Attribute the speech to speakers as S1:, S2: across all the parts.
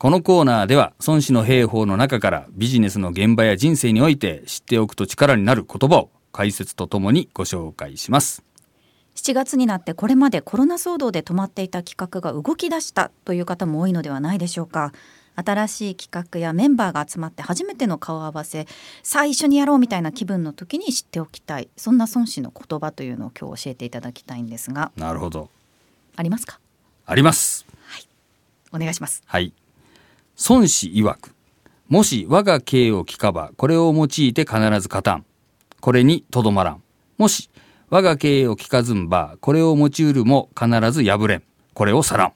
S1: このコーナーでは、孫子の兵法の中からビジネスの現場や人生において知っておくと力になる言葉を解説とともにご紹介します。
S2: 7月になってこれまでコロナ騒動で止まっていた企画が動き出したという方も多いのではないでしょうか新しい企画やメンバーが集まって初めての顔合わせ最初にやろうみたいな気分の時に知っておきたいそんな孫子の言葉というのを今日教えていただきたいんですが
S1: なるほど。
S2: ありますか
S1: あります。
S2: お願いします
S1: はい。孫子曰く、もし我が刑を聞かば、これを用いて必ず勝たん。これにとどまらん。もし我が刑を聞かずんば、これを用いるも必ず破れん。これをさらん。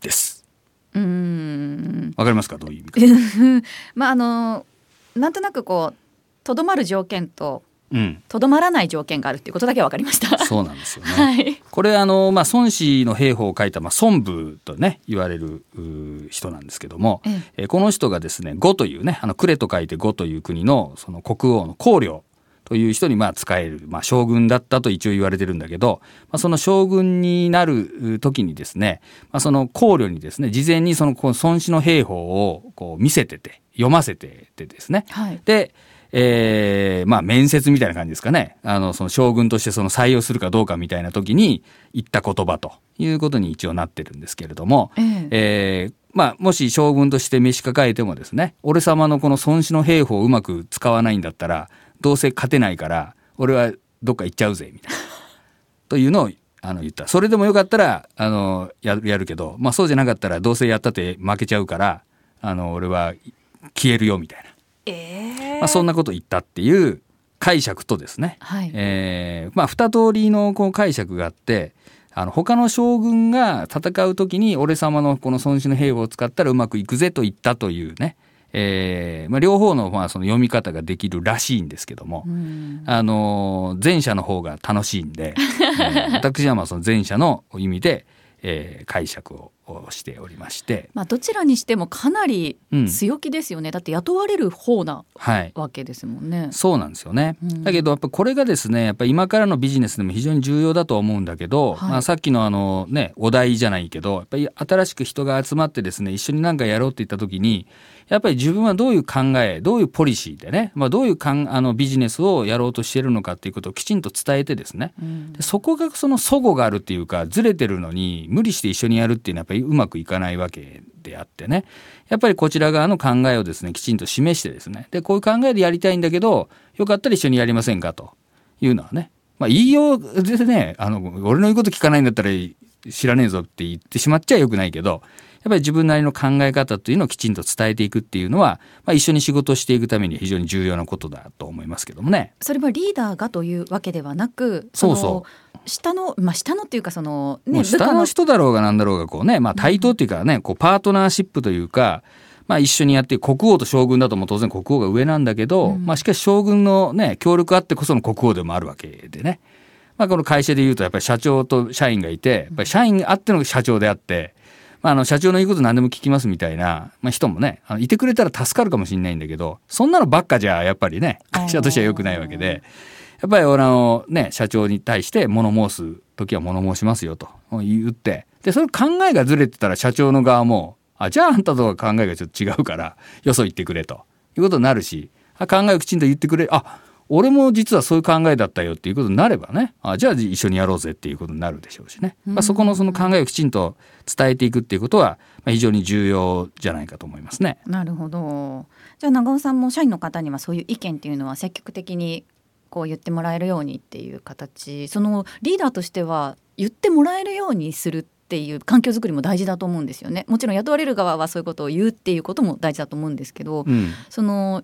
S1: です。
S2: うーん
S1: わかりますかどういう意味か。
S2: まああのなんとなくこうとどまる条件と
S1: うん。
S2: とどまらない条件があるっていうことだけは分かりました
S1: そうなんですよね。
S2: はい
S1: これあの、まあ、孫子の兵法を書いた、まあ、孫武とね言われるうー人なんですけども、
S2: え
S1: えーこの人がですね呉というねあの呉と書いて呉という国のその国王の公領という人にまあ使える、まあ、将軍だったと一応言われてるんだけど、まあ、その将軍になるうー時にですね、まあ、その公領にですね事前にそのこう孫子の兵法をこう見せてて読ませててですね
S2: はい
S1: で、えーまあ面接みたいな感じですかね。あの、その将軍としてその採用するかどうかみたいな時に言った言葉ということに一応なってるんですけれども、
S2: ええ
S1: えーまあ、もし将軍として召し抱えてもですね、俺様のこの孫子の兵法をうまく使わないんだったら、どうせ勝てないから、俺はどっか行っちゃうぜ、みたいな。というのをあの言った。それでもよかったら、あの、ややるけど、まあそうじゃなかったら、どうせやったって負けちゃうから、あの、俺は消えるよ、みたいな。
S2: ええ
S1: まあ、そんなことを言ったっていう解釈とですね、
S2: はい、
S1: えーまあ、二通りのこう解釈があってあの他の将軍が戦う時に俺様のこの孫子の兵法を使ったらうまくいくぜと言ったというね、えーまあ、両方のまあその読み方ができるらしいんですけども、
S2: うん
S1: あのー前者の方が楽しいん で、えー私はまあその前者の意味で、えー解釈をしておりまして、
S2: まあ、どちらにしてもかなり
S1: うん
S2: 強気ですよね、だって雇われる方な
S1: はい、
S2: わけですもんね。
S1: そうなんですよね。
S2: うん
S1: だけどやっぱこれがですねやっぱ今からのビジネスでも非常に重要だと思うんだけど、
S2: はい
S1: まあ、さっきのあの、ね、お題じゃないけどやっぱり新しく人が集まってですね一緒に何かやろうって言った時にやっぱり自分はどういう考えどういうポリシーでね、まあ、どういうかんあのビジネスをやろうとしてるのかっていうことをきちんと伝えてですね
S2: うん
S1: でそこがその齟齬があるっていうかずれてるのに無理して一緒にやるっていうのはやっぱりうまくいかないわけであってねやっぱりこちら側の考えをですねきちんと示してですねでこういう考えでやりたいんだけどよかったら一緒にやりませんかというのはね、まあ、言いようでねあの俺の言うこと聞かないんだったら知らねえぞって言ってしまっちゃよくないけどやっぱり自分なりの考え方というのをきちんと伝えていくっていうのは、まあ、一緒に仕事をしていくために非常に重要なことだと思いますけどもね。
S2: それはリーダーがというわけではなく
S1: そう
S2: の
S1: そ
S2: 下の、まあ、下のっていうかその、
S1: も
S2: ね、
S1: う下の人だろうがなんだろうがこうね、まあ、対等っていうかね、こうパートナーシップというか、まあ、一緒にやって国王と将軍だともう当然国王が上なんだけど、
S2: うん
S1: まあ、しかし将軍の、ね、協力あってこその国王でもあるわけでね、まあ、この会社でいうとやっぱり社長と社員がいてやっぱり社員あっての社長であって、まあ、あの社長の言うこと何でも聞きますみたいな、まあ、人もねあのいてくれたら助かるかもしれないんだけどそんなのばっかじゃやっぱりね会 社としては良くないわけで。やっぱり俺のね、社長に対して物申す時は物申しますよと言って、で、それ考えがずれてたら社長の側も、あ、じゃああんたとは考えがちょっと違うから、よそ言ってくれということになるし、あ考えをきちんと言ってくれ、あ、俺も実はそういう考えだったよっていうことになればね、あ、じゃあ一緒にやろうぜっていうことになるでしょうしね。まあ、そこのその考えをきちんと伝えていくっていうことは、まあ、非常に重要じゃないかと思いますね。
S2: なるほどじゃあ長尾さんも社員の方にはそういう意見っていうのは積極的にこう言ってもらえるようにっていう形そのリーダーとしては言ってもらえるようにするっていう環境づくりも大事だと思うんですよねもちろん雇われる側はそういうことを言うっていうことも大事だと思うんですけど、
S1: うん。
S2: その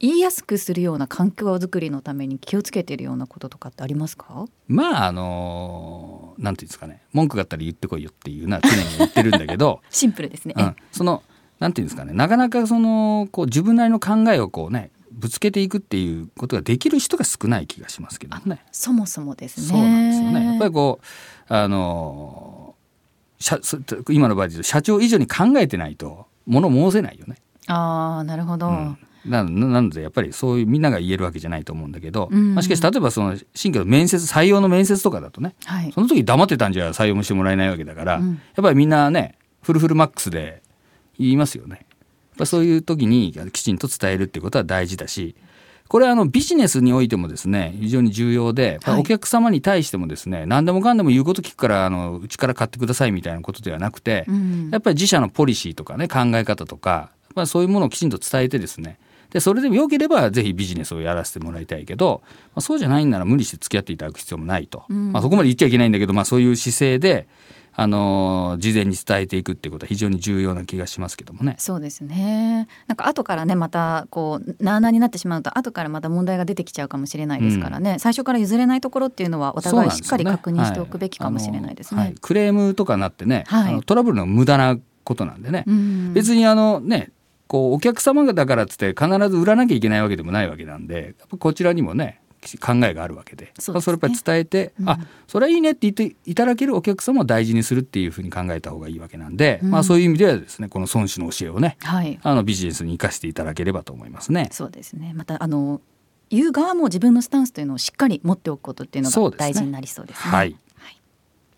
S2: 言いやすくするような環境づくりのために気をつけているようなこととかってありますか
S1: まああのなんていうんですかね文句があったら言ってこいよっていうのは常に言ってるんだけど、
S2: シンプルですね、
S1: うん、そのなんていうんですかねなかなかそのこう自分なりの考えをこうねぶつけていくっていうことができる人が少ない気がしますけどね。
S2: そもそもですね
S1: そうなんですよね。やっぱりこうあの社そ今の場合で言うと社長以上に考えてないと物申せないよね。
S2: ああなるほど、
S1: うんなななのでやっぱりそういうみんなが言えるわけじゃないと思うんだけど、
S2: うん
S1: まあ、しかし例えばその新規の面接採用の面接とかだとね
S2: はい
S1: その時黙ってたんじゃ採用もしてもらえないわけだから、
S2: うん
S1: やっぱりみんなねフルフルマックスで言いますよね。やっぱそういう時にきちんと伝えるっていうことは大事だしこれはあのビジネスにおいてもですね非常に重要で、
S2: はい
S1: お客様に対してもですね何でもかんでも言うこと聞くからあのうちから買ってくださいみたいなことではなくて、
S2: うん
S1: やっぱり自社のポリシーとかね考え方とか、まあ、そういうものをきちんと伝えてですねでそれでも良ければぜひビジネスをやらせてもらいたいけど、まあ、そうじゃないんなら無理して付き合っていただく必要もないと、
S2: うん
S1: まあ、そこまで言っちゃいけないんだけど、まあ、そういう姿勢で、あのー事前に伝えていくっていうことは非常に重要な気がしますけどもね。
S2: そうですねなんか後からねまたこうなあなあになってしまうと後からまた問題が出てきちゃうかもしれないですからね、最初から譲れないところっていうのはお互いしっかり確認しておくべきかもしれないです
S1: はいあの
S2: ね
S1: はい。クレームとかなってね、
S2: はい
S1: あのトラブルの無駄なことなんでね、
S2: うん
S1: 別にあのねこうお客様だからっつって必ず売らなきゃいけないわけでもないわけなんでやっぱこちらにもね考えがあるわけで
S2: そうです
S1: れ
S2: ね
S1: やっぱり伝えて、
S2: うん
S1: あそれはいいねって言っていただけるお客様を大事にするっていうふうに考えた方がいいわけなんで、
S2: うん
S1: まあ、そういう意味ではですねこの孫子の教えをね
S2: はい、
S1: あのビジネスに生かしていただければと思いますね。
S2: そうですねまたあの言う側も自分のスタンスというのをしっかり持っておくことっていうの
S1: そう
S2: が
S1: ですね
S2: 大事になりそうですね。
S1: はい